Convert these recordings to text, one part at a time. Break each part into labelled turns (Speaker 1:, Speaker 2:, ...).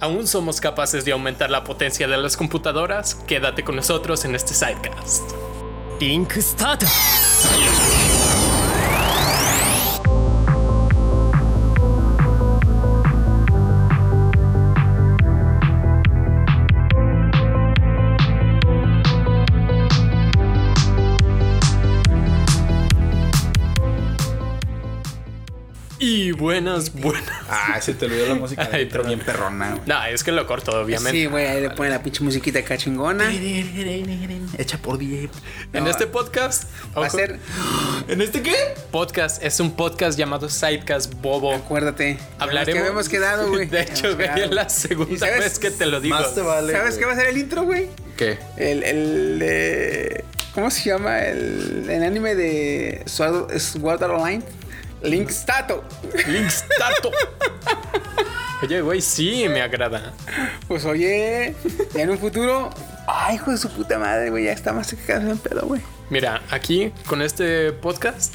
Speaker 1: ¿Aún somos capaces de aumentar la potencia de las computadoras? Quédate con nosotros en este sidecast.
Speaker 2: Link Start.
Speaker 1: Y buenas, buenas.
Speaker 3: Ah, se te olvidó la música.
Speaker 1: Ay,
Speaker 3: pero bien perrona, güey.
Speaker 1: No, es que lo corto,
Speaker 4: Sí,
Speaker 1: obviamente.
Speaker 4: güey, ahí le ponen la pinche musiquita acá chingona.
Speaker 3: Hecha por 10.
Speaker 1: en
Speaker 4: No,
Speaker 1: este podcast,
Speaker 4: Va a
Speaker 1: ojo,
Speaker 4: ser,
Speaker 3: ¿En este qué?
Speaker 1: podcast es un podcast llamado Sidecast Bobo.
Speaker 4: acuérdate.
Speaker 1: Hablaremos.
Speaker 4: Que habíamos quedado, güey.
Speaker 1: De hecho,
Speaker 4: Habíamos
Speaker 1: güey,
Speaker 4: quedado.
Speaker 1: es la segunda
Speaker 4: ¿Y sabes-
Speaker 1: vez que te lo digo.
Speaker 3: Más te vale.
Speaker 4: ¿Sabes
Speaker 3: güey.
Speaker 4: qué va a ser el intro, güey?
Speaker 3: ¿Qué?
Speaker 4: El, el, eh, ¿cómo se llama? El, el anime de Sword, Sword Art Online. Link Stato.
Speaker 1: Links Tato. Oye, güey, sí, me agrada.
Speaker 4: Pues oye, ya en un futuro. Ay, hijo de su puta madre, güey. Ya está más cerca de un pedo, güey.
Speaker 1: Mira, aquí con este podcast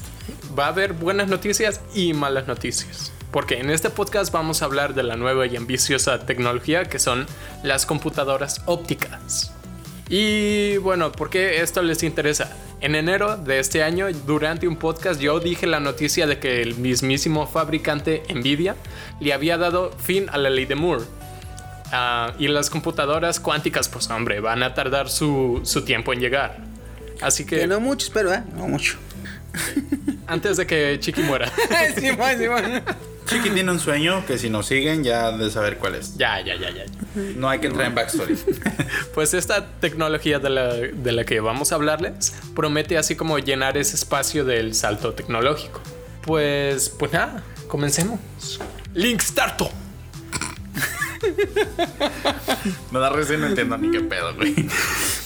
Speaker 1: va a haber buenas noticias y malas noticias. Porque en este podcast vamos a hablar de la nueva y ambiciosa tecnología que son las computadoras ópticas. Y bueno, ¿por qué esto les interesa? En enero de este año, durante un podcast, yo dije la noticia de que el mismísimo fabricante Nvidia le había dado fin a la ley de Moore. Ah, y las computadoras cuánticas, pues hombre, van a tardar su, su tiempo en llegar. Así que...
Speaker 4: Que no mucho, espero, ¿eh? No mucho.
Speaker 1: Antes de que Chiqui muera.
Speaker 4: sí, man, sí, man.
Speaker 3: Chiqui tiene un sueño que si nos siguen ya han de saber cuál es.
Speaker 1: ya, ya, ya, ya.
Speaker 3: No hay que entrar en backstory.
Speaker 1: Pues esta tecnología de la, de la que vamos a hablarles promete así como llenar ese espacio del salto tecnológico. Pues, pues nada, comencemos. Link Starto.
Speaker 3: Me da risa y no entiendo ni qué pedo, güey.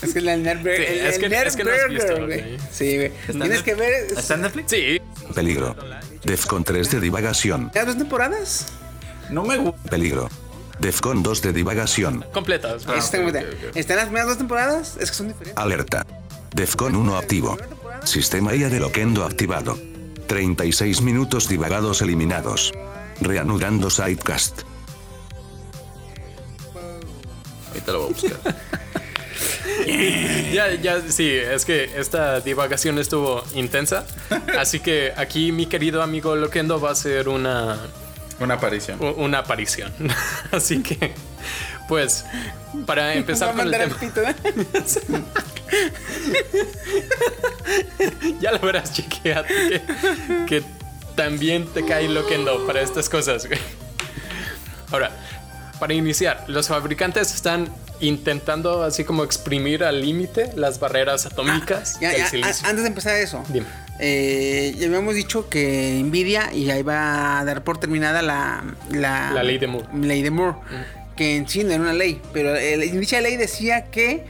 Speaker 4: Es que la nerd
Speaker 1: Sí,
Speaker 4: el,
Speaker 1: es
Speaker 4: el
Speaker 1: que-
Speaker 4: nerd
Speaker 1: es que no has
Speaker 4: burger,
Speaker 1: visto,
Speaker 4: güey.
Speaker 1: ok.
Speaker 4: Sí, güey. Tienes que ver.
Speaker 3: ¿Está en Netflix?
Speaker 1: Sí,
Speaker 5: Peligro. Defcon 3 de divagación.
Speaker 4: ¿Ya dos temporadas?
Speaker 3: No me gusta.
Speaker 5: Peligro. Defcon 2 de divagación.
Speaker 1: completas.
Speaker 3: Ah,
Speaker 4: Está-
Speaker 3: ok, ok, ok.
Speaker 4: ¿Están las primeras dos temporadas? Es que son
Speaker 1: Ah,
Speaker 4: diferentes.
Speaker 5: Alerta. Defcon 1 activo. Sistema IA de Loquendo activado. 36 minutos divagados eliminados. Reanudando Sidecast.
Speaker 3: Ahorita lo voy a buscar.
Speaker 1: Ya, ya, sí, es que esta divagación estuvo intensa. Así que aquí mi querido amigo Loquendo va a hacer una,
Speaker 3: Una aparición.
Speaker 1: u- una aparición. Así que, pues, para
Speaker 4: Va
Speaker 1: empezar
Speaker 4: a
Speaker 1: con el
Speaker 4: mandar
Speaker 1: tema.
Speaker 4: al pito, ¿eh?
Speaker 1: Ya lo verás, chequea que, que también te cae loquendo para estas cosas, güey. Ahora, para iniciar, los fabricantes están intentando así como exprimir al límite las barreras atómicas
Speaker 4: Ah, Ya, ah,
Speaker 1: del
Speaker 4: ya,
Speaker 1: silicio.
Speaker 4: a- antes de empezar eso.
Speaker 1: Dime.
Speaker 4: Eh, ya habíamos dicho que Nvidia y ahí va a dar por terminada la, la,
Speaker 1: La ley de Moore.
Speaker 4: ley de Moore, Que en sí no era una ley, pero el- en dicha ley decía que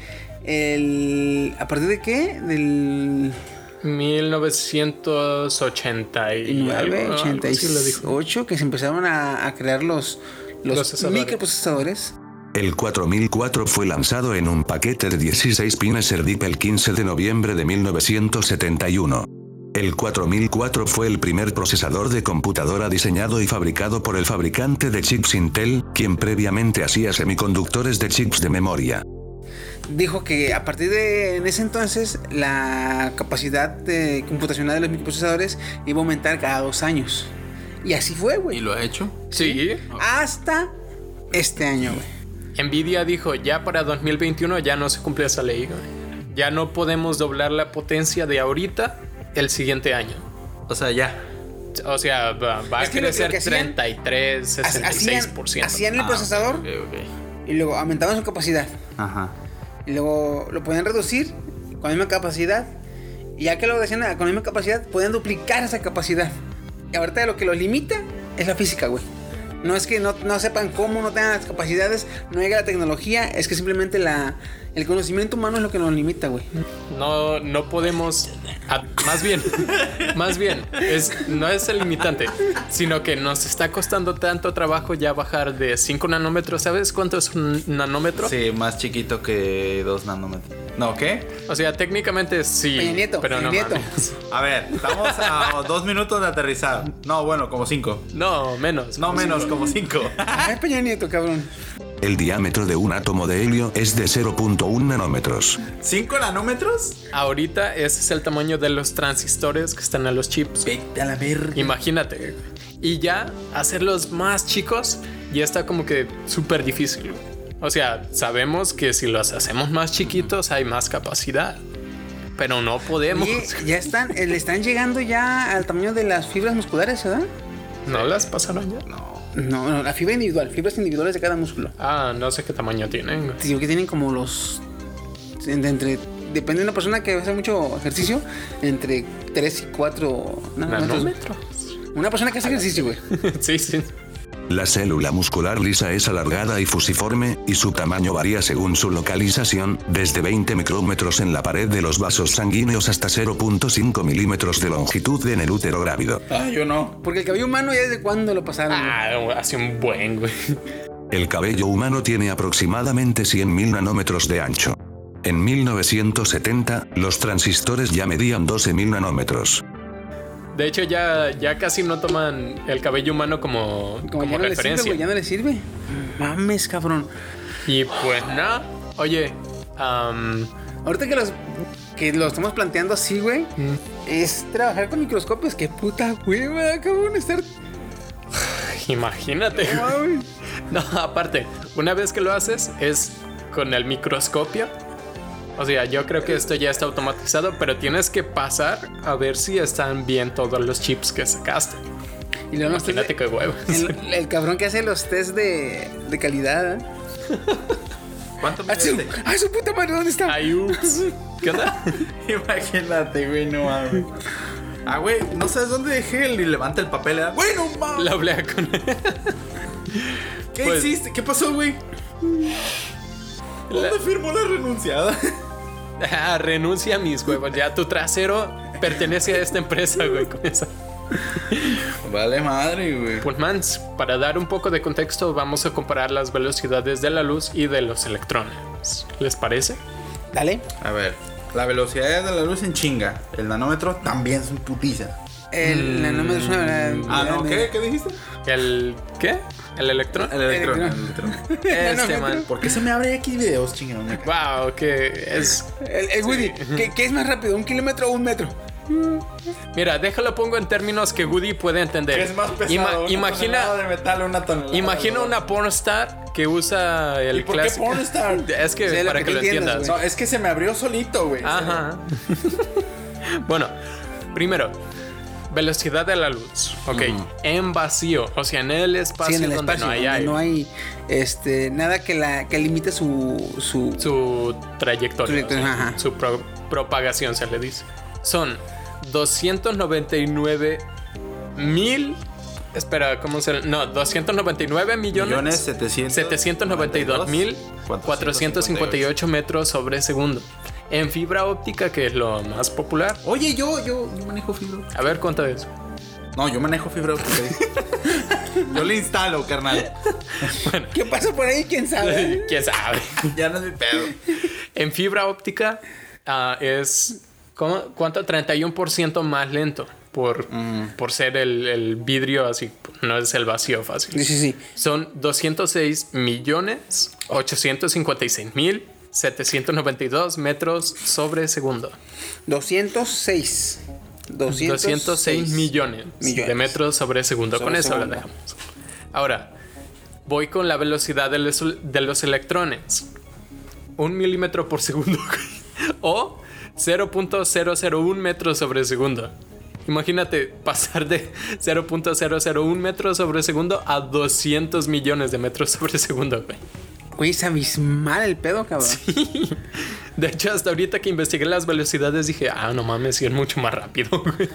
Speaker 4: el, a partir de qué? Del
Speaker 1: 1980 y algo, algo así lo dijo.
Speaker 4: 1988 que se empezaron a, a crear los, los
Speaker 1: Procesadores.
Speaker 4: microprocesadores.
Speaker 5: El 4004 fue lanzado en un paquete de 16 pines Erdip el 15 de noviembre de 1971. El 4004 fue el primer procesador de computadora diseñado y fabricado por el fabricante de chips Intel, quien previamente hacía semiconductores de chips de memoria.
Speaker 4: Dijo que a partir de en ese entonces la capacidad de computacional de los microprocesadores iba a aumentar cada dos años. Y así fue, güey.
Speaker 3: lo ha hecho?
Speaker 1: Sí,
Speaker 4: Hasta este año, güey.
Speaker 1: Nvidia dijo, ya para 2021 ya no se cumple esa ley. güey. Ya no podemos doblar la potencia de ahorita el siguiente año.
Speaker 3: O sea, ya.
Speaker 1: O sea, va, va
Speaker 4: Es
Speaker 1: a
Speaker 4: que lo- lo
Speaker 1: crecer
Speaker 4: que hacían-
Speaker 1: 33, 66%.
Speaker 4: Hacían, hacían el
Speaker 3: Ah,
Speaker 4: procesador
Speaker 3: ok, ok.
Speaker 4: y luego aumentaban su capacidad.
Speaker 3: Ajá.
Speaker 4: Y luego lo podían reducir con la misma capacidad. Y ya que lo decían ah, con la misma capacidad, podían duplicar esa capacidad. Y ahorita lo que lo limita es la física, güey. No es que no, no sepan cómo, no tengan las capacidades, no llega la tecnología, es que simplemente la, el conocimiento humano es lo que nos limita, güey.
Speaker 1: No, no podemos. ah, más bien, más bien, es, no es el limitante, sino que nos está costando tanto trabajo ya bajar de 5 nanómetros. ¿Sabes cuánto es un nanómetro?
Speaker 3: Sí, más chiquito que 2 nanómetros. ¿No qué?
Speaker 1: O sea, técnicamente sí.
Speaker 4: Peña Nieto,
Speaker 1: pero
Speaker 4: Peña
Speaker 1: no
Speaker 4: Nieto.
Speaker 1: mames.
Speaker 3: A ver, estamos a dos minutos de aterrizar. No, bueno, como cinco.
Speaker 1: No, menos.
Speaker 3: No menos, como cinco.
Speaker 4: Ay, Peña Nieto, cabrón.
Speaker 5: El diámetro de un átomo de helio es de 0.1 nanómetros.
Speaker 3: ¿5 nanómetros?
Speaker 1: Ahorita ese es el tamaño de los transistores que están en los chips.
Speaker 4: Vete a la verga.
Speaker 1: Imagínate. Y ya hacerlos más chicos ya está como que súper difícil. O sea, sabemos que si los hacemos más chiquitos hay más capacidad. Pero no podemos.
Speaker 4: Oye, ya están, eh, le están llegando ya al tamaño de las fibras musculares, ¿verdad?
Speaker 1: ¿No las pasaron ya?
Speaker 4: No, no, la fibra individual, fibras individuales de cada músculo.
Speaker 1: Ah, no sé qué tamaño tienen. güey.
Speaker 4: Digo que tienen como los. en- entre- depende de una persona que hace mucho ejercicio, entre 3 y 4
Speaker 1: Nanómetros.
Speaker 4: Una persona que hace ejercicio, güey.
Speaker 1: sí, sí.
Speaker 5: La célula muscular lisa es alargada y fusiforme, y su tamaño varía según su localización, desde 20 micrómetros en la pared de los vasos sanguíneos hasta 0.5 milímetros de longitud en el útero grávido.
Speaker 3: Ah, yo no.
Speaker 4: Porque el cabello humano ya desde cuándo lo pasaron. güey.
Speaker 1: Ah, hace un buen, güey.
Speaker 5: El cabello humano tiene aproximadamente 100.000 nanómetros de ancho. En 1970, los transistores ya medían 12.000 nanómetros.
Speaker 1: De hecho, ya, ya casi no toman el cabello humano como, como,
Speaker 4: como, ya no le sirve,
Speaker 1: referencia.
Speaker 4: güey, ya no le sirve. Mames, cabrón.
Speaker 1: Y pues nada. Oye, am,
Speaker 4: Ahorita que los que lo estamos planteando así, güey,
Speaker 1: Mm.
Speaker 4: es trabajar con microscopios. Qué puta hueva, cabrón, estar.
Speaker 1: imagínate. güey.
Speaker 4: Ay,
Speaker 1: No, aparte, una vez que lo haces es con el microscopio. O sea, yo creo que esto ya está automatizado, pero tienes que pasar a ver si están bien todos los chips que sacaste.
Speaker 4: Y luego los test de-
Speaker 1: Imagínate qué huevos.
Speaker 4: el, el cabrón que hace los test de, de calidad. ¿eh?
Speaker 3: ¿Cuánto
Speaker 4: ¡Ah, su,
Speaker 3: mide este?
Speaker 4: ah, su puta madre! ¿Dónde está?
Speaker 1: Ay, ups. ¿Qué onda?
Speaker 3: Imagínate, güey, no mames. Ah, güey, no sabes dónde dejé el y levanta el papel. ¿eh? Güey, no mames.
Speaker 1: La hablé con
Speaker 3: ¿Qué
Speaker 1: pues-
Speaker 3: hiciste? ¿Qué pasó, güey? ¿Dónde firmó la renunciada?
Speaker 1: Ah, renuncia a mis huevos. Ya tu trasero pertenece a esta empresa, güey. Con esa.
Speaker 3: Vale madre, güey.
Speaker 1: Pues mans, para dar un poco de contexto, vamos a comparar las velocidades de la luz y de los electrones. ¿Les parece?
Speaker 4: Dale.
Speaker 3: A ver, la velocidad de la luz en chinga. El nanómetro también es un putiza.
Speaker 4: El nanómetro
Speaker 1: Mm.
Speaker 4: es una verdad-
Speaker 3: Ah, no,
Speaker 4: verdad-
Speaker 3: ¿qué? ¿Qué dijiste?
Speaker 1: ¿El qué? ¿El electrón?
Speaker 3: El electrón. El electrón.
Speaker 1: Este man.
Speaker 3: ¿Por qué se me abre X videos, chingado? Me cago.
Speaker 1: Wow, que es.
Speaker 4: El, el Woody, ¿qué, qué es más rápido? ¿Un kilómetro o un metro?
Speaker 1: Mira, déjalo pongo en términos que Woody puede entender.
Speaker 3: ¿Qué es más pesado?
Speaker 1: Ima-
Speaker 3: una tonelada
Speaker 1: imagina,
Speaker 3: de metal o una tonelada de
Speaker 1: imagina
Speaker 3: oro?
Speaker 1: una pornstar que usa el
Speaker 3: ¿Y por qué
Speaker 1: clásico.
Speaker 3: pornstar?
Speaker 1: Es que
Speaker 4: Sé lo
Speaker 1: para
Speaker 4: que
Speaker 1: que,
Speaker 4: tú
Speaker 1: lo
Speaker 4: entiendas,
Speaker 1: entiendas.
Speaker 4: güey.
Speaker 3: No, es que se me abrió solito, güey.
Speaker 1: Ajá. bueno, primero, velocidad de la luz. Ok, en vacío, o sea, en el espacio,
Speaker 4: Sí, en el
Speaker 1: donde
Speaker 4: espacio.
Speaker 1: no hay
Speaker 4: donde
Speaker 1: aire.
Speaker 4: no hay este, nada que, la, que limite su, su,
Speaker 1: Su trayectoria,
Speaker 4: Trayectoria,
Speaker 1: o sea,
Speaker 4: ajá.
Speaker 1: su pro- propagación se le dice. Son 299 mil. Espera, ¿cómo se.? No, 299 millones.
Speaker 3: Millones, 700,
Speaker 1: 792 mil 458 metros sobre segundo. En fibra óptica, que es lo más popular.
Speaker 3: Oye, yo, yo, yo manejo fibra.
Speaker 1: A ver cuánto es.
Speaker 3: No, yo manejo fibra óptica. yo le instalo, carnal.
Speaker 4: ¿Qué pasa por ahí? ¿Quién sabe?
Speaker 1: ¿Quién sabe?
Speaker 3: Ya no es mi pedo.
Speaker 1: En fibra óptica ah, es ¿cómo? ¿cuánto? 31% más lento por,
Speaker 4: Mm.
Speaker 1: por ser el, el vidrio así, no es el vacío fácil.
Speaker 4: Sí, sí, sí.
Speaker 1: Son 206 millones 856 mil 792 metros sobre segundo.
Speaker 4: 206. 206,
Speaker 1: 206 millones,
Speaker 4: millones.
Speaker 1: de metros sobre segundo.
Speaker 4: Sobre
Speaker 1: con eso
Speaker 4: segundo.
Speaker 1: la dejamos. Ahora, voy con la velocidad de los, de los electrones. Un milímetro por segundo. o 0.001 metros sobre segundo. Imagínate pasar de 0.001 metros sobre segundo a 200 millones de metros sobre segundo, güey.
Speaker 4: Güey, es abismal el pedo, cabrón.
Speaker 1: De hecho, hasta ahorita que investigué las velocidades dije, ah, no mames, sí es mucho más rápido, güey.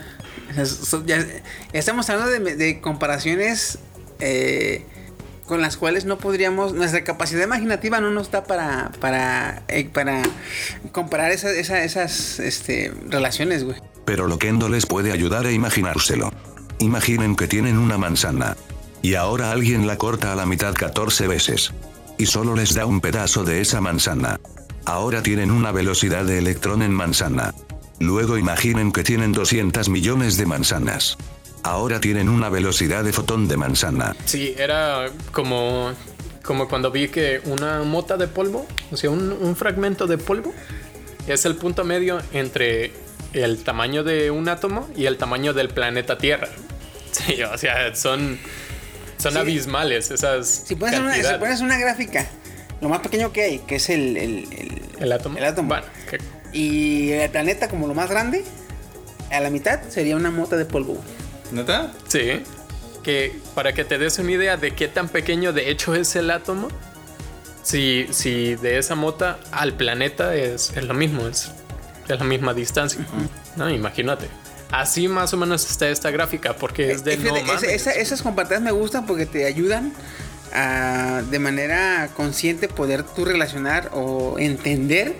Speaker 4: O sea, so- ya, ya estamos hablando de, de comparaciones eh, con las cuales no podríamos. Nuestra capacidad imaginativa no nos da para. para. eh, para comparar esa- esa- esas este, relaciones, güey.
Speaker 5: Pero lo Kendo les puede ayudar a imaginárselo. Imaginen que tienen una manzana. Y ahora alguien la corta a la mitad 14 veces. Y solo les da un pedazo de esa manzana. Ahora tienen una velocidad de electrón en manzana. Luego imaginen que tienen 200 millones de manzanas. Ahora tienen una velocidad de fotón de manzana.
Speaker 1: Sí, era como Como cuando vi que una mota de polvo, o sea, un, un fragmento de polvo, es el punto medio entre el tamaño de un átomo y el tamaño del planeta Tierra. Sí, o sea, son, son
Speaker 4: Sí.
Speaker 1: abismales esas.
Speaker 4: Si pones, una, si
Speaker 1: cantidades.
Speaker 4: pones una gráfica, lo más pequeño que hay, que es el, el, el-
Speaker 1: el átomo.
Speaker 4: el átomo.
Speaker 1: Bueno, que-
Speaker 4: Y el planeta como lo más grande, a la mitad sería una mota de polvo. güey.
Speaker 3: ¿Neta?
Speaker 1: Sí. Que para que te des una idea de qué tan pequeño de hecho es el átomo, si, si de esa mota al planeta es, es lo mismo, es, es la misma distancia. No, imagínate. Así más o menos está esta gráfica, porque es de
Speaker 4: Eh,
Speaker 1: no
Speaker 4: fíjate,
Speaker 1: mames.
Speaker 4: esa- esa- esas compartidas me gustan porque te ayudan a de manera consciente poder tú relacionar o entender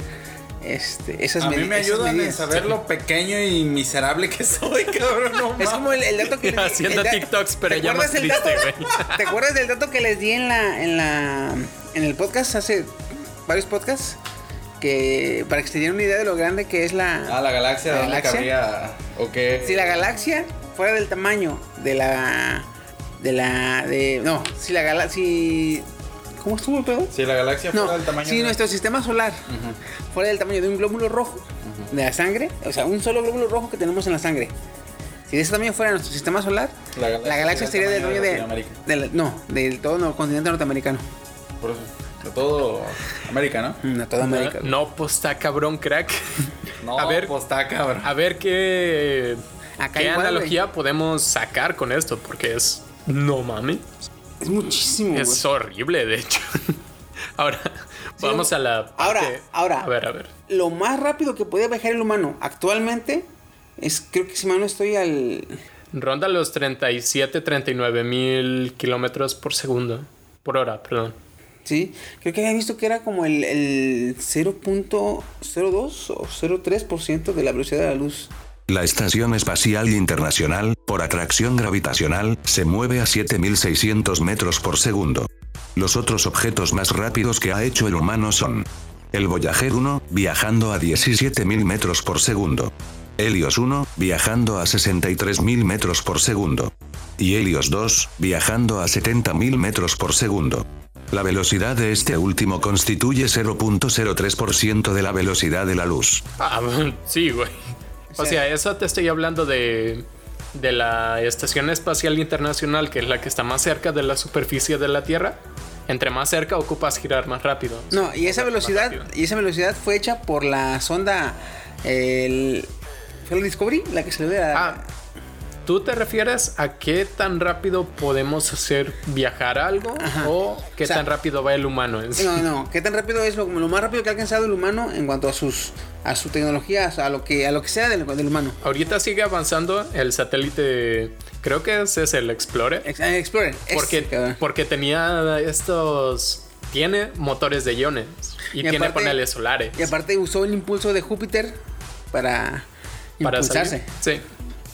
Speaker 4: este, esas
Speaker 3: A mí
Speaker 4: medi-
Speaker 3: me
Speaker 4: esas
Speaker 3: ayudan en
Speaker 4: medidas.
Speaker 3: saber lo pequeño y miserable que soy, cabrón. No
Speaker 4: Es
Speaker 3: mames.
Speaker 4: como el, el dato que les di-
Speaker 1: Haciendo
Speaker 4: el da-
Speaker 1: TikToks, pero
Speaker 4: ¿te
Speaker 1: ya más
Speaker 4: acuerdas el
Speaker 1: triste,
Speaker 4: dato? ¿Te acuerdas del dato que les di en la en la en el podcast hace varios podcasts que para que se dieran una idea de lo grande que es
Speaker 3: Ah, la galaxia,
Speaker 4: ¿La
Speaker 3: ¿dónde
Speaker 4: galaxia?
Speaker 3: cabría? ¿O qué?
Speaker 4: Si la galaxia fuera del tamaño de la. De la. De, no, si la galaxia. ¿Cómo estuvo el pedo?
Speaker 3: Si la galaxia
Speaker 4: No,
Speaker 3: fuera del tamaño
Speaker 4: si
Speaker 3: de-
Speaker 4: nuestro sistema solar fuera del tamaño de un glóbulo rojo de la sangre, o sea, un solo glóbulo rojo que tenemos en la sangre. Si de ese tamaño fuera nuestro sistema solar,
Speaker 3: La
Speaker 4: la
Speaker 3: galaxia
Speaker 4: galaxia,
Speaker 3: sería
Speaker 4: sería
Speaker 3: del
Speaker 4: del
Speaker 3: tamaño
Speaker 4: tamaño
Speaker 3: de
Speaker 4: de.
Speaker 3: Latinoamérica.
Speaker 4: de la- no, del todo no, continente norteamericano.
Speaker 3: Por eso, de todo América, ¿no?
Speaker 4: No, toda América.
Speaker 1: No, pues está cabrón, crack.
Speaker 3: No,
Speaker 1: a ver,
Speaker 3: pues está cabrón.
Speaker 1: a ver qué,
Speaker 4: Acá
Speaker 1: qué
Speaker 4: igual, güey.
Speaker 1: analogía podemos sacar con esto, porque es no mames.
Speaker 4: Es muchísimo. güey.
Speaker 1: Es horrible, de hecho. Ahora, vamos a la.
Speaker 4: Ahora,
Speaker 1: parte-
Speaker 4: ahora.
Speaker 1: A ver, a ver.
Speaker 4: lo más rápido que podía viajar el humano actualmente es, creo que si mal no estoy al...
Speaker 1: Ronda los 37, 39 mil kilómetros por segundo. Por hora, perdón.
Speaker 4: Sí, creo que había visto que era como el, el 0.02 o 0.3% de la velocidad de la luz.
Speaker 5: La Estación Espacial Internacional, por atracción gravitacional, se mueve a 7600 metros por segundo. Los otros objetos más rápidos que ha hecho el humano son el Voyager 1, viajando a 17000 metros por segundo. Helios 1, viajando a 63000 metros por segundo. Y Helios 2, viajando a 70000 metros por segundo. La velocidad de este último constituye 0.03% de la velocidad de la luz.
Speaker 1: Ah, sí, güey. O
Speaker 4: Sí.
Speaker 1: sea, eso te estoy hablando de. De la Estación Espacial Internacional, que es la que está más cerca de la superficie de la Tierra. Entre más cerca ocupas girar más rápido.
Speaker 4: No, y esa
Speaker 1: Más
Speaker 4: velocidad,
Speaker 1: rápido.
Speaker 4: y esa velocidad fue hecha por la sonda... El, ¿Fue la Discovery? La que se ve a...
Speaker 1: Ah, ¿tú te refieres a qué tan rápido podemos hacer viajar algo
Speaker 4: Ajá.
Speaker 1: o qué
Speaker 4: O sea,
Speaker 1: tan rápido va el humano en sí?
Speaker 4: No, no, ¿qué tan rápido es lo, lo más rápido que ha alcanzado el humano en cuanto a sus a su tecnología, a lo que a lo que sea del, del humano?
Speaker 1: Ahorita sigue avanzando el satélite, creo que ese es el Explorer,
Speaker 4: Ex- eh, Explorer. ese,
Speaker 1: porque,
Speaker 4: cabrón.
Speaker 1: porque tenía estos, tiene motores de iones y,
Speaker 4: Y
Speaker 1: tiene
Speaker 4: aparte-
Speaker 1: paneles solares
Speaker 4: Y aparte usó el impulso de Júpiter para,
Speaker 1: para
Speaker 4: impulsarse.
Speaker 1: salir. Sí,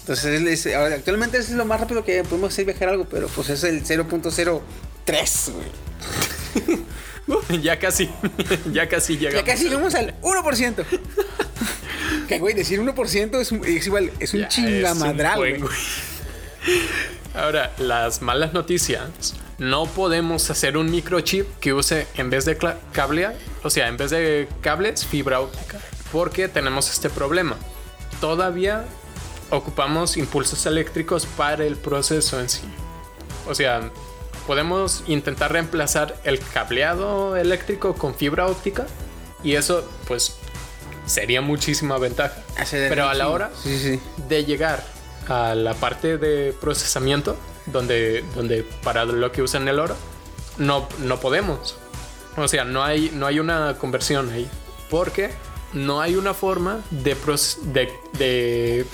Speaker 4: Entonces, él es- ahora, actualmente eso es lo más rápido que podemos hacer viajar algo, pero pues es el 0.03, güey.
Speaker 1: ya casi, ya casi llegamos.
Speaker 4: Ya casi
Speaker 1: eh.
Speaker 4: llegamos al 1%. que, güey, decir 1% es, un- es igual, es un
Speaker 1: Ya, es un
Speaker 4: chingamadral,
Speaker 1: buen,
Speaker 4: güey.
Speaker 1: güey. Ahora, las malas noticias. No podemos hacer un microchip que use en vez de cla- cable, o sea, en vez de cables, fibra óptica, porque tenemos este problema. Todavía ocupamos impulsos eléctricos para el proceso en sí. O sea, podemos intentar reemplazar el cableado eléctrico con fibra óptica y eso pues sería muchísima ventaja.
Speaker 4: Hace
Speaker 1: Pero a la
Speaker 4: chingo.
Speaker 1: hora
Speaker 4: Sí, sí, sí.
Speaker 1: de llegar a la parte de procesamiento, donde, donde para lo que usan el oro, no, no podemos. O sea, no hay, no hay una conversión ahí. Porque no hay una forma de, proce- de, de...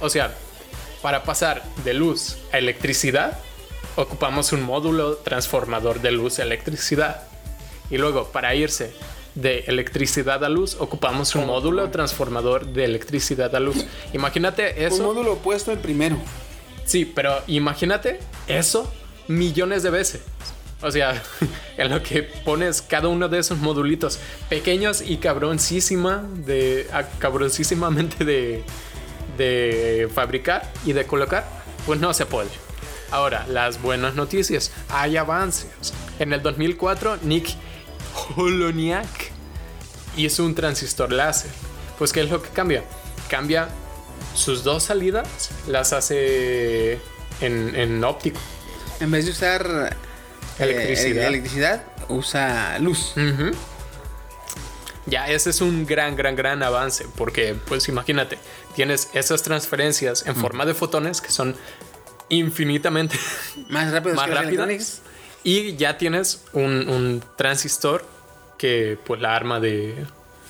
Speaker 1: O sea, para pasar de luz a electricidad, ocupamos un módulo transformador de luz a electricidad. Y luego, para irse de electricidad a luz, ocupamos
Speaker 4: Oh.
Speaker 1: un módulo transformador de electricidad a luz. Imagínate
Speaker 4: Un
Speaker 1: eso.
Speaker 4: módulo opuesto al primero.
Speaker 1: Sí, pero imagínate eso millones de veces. O sea, en lo que pones cada uno de esos modulitos pequeños y cabroncísima de a- cabroncísimamente de de fabricar y de colocar, pues no se puede. Ahora, las buenas noticias, hay avances. En el 2004, Nick Holoniak hizo un transistor láser. Pues, ¿qué es lo que cambia? Cambia sus dos salidas, las hace en, en óptico.
Speaker 4: En vez de usar eh,
Speaker 1: Electricidad.
Speaker 4: electricidad, usa luz.
Speaker 1: Ujú. Ya, ese es un gran, gran, gran avance, porque pues imagínate, tienes esas transferencias
Speaker 4: Mm.
Speaker 1: en forma de fotones que son infinitamente
Speaker 4: Más rápido
Speaker 1: Mm. más
Speaker 4: que
Speaker 1: rápidas
Speaker 4: las electrónicas.
Speaker 1: y ya tienes un, un transistor que pues la arma de,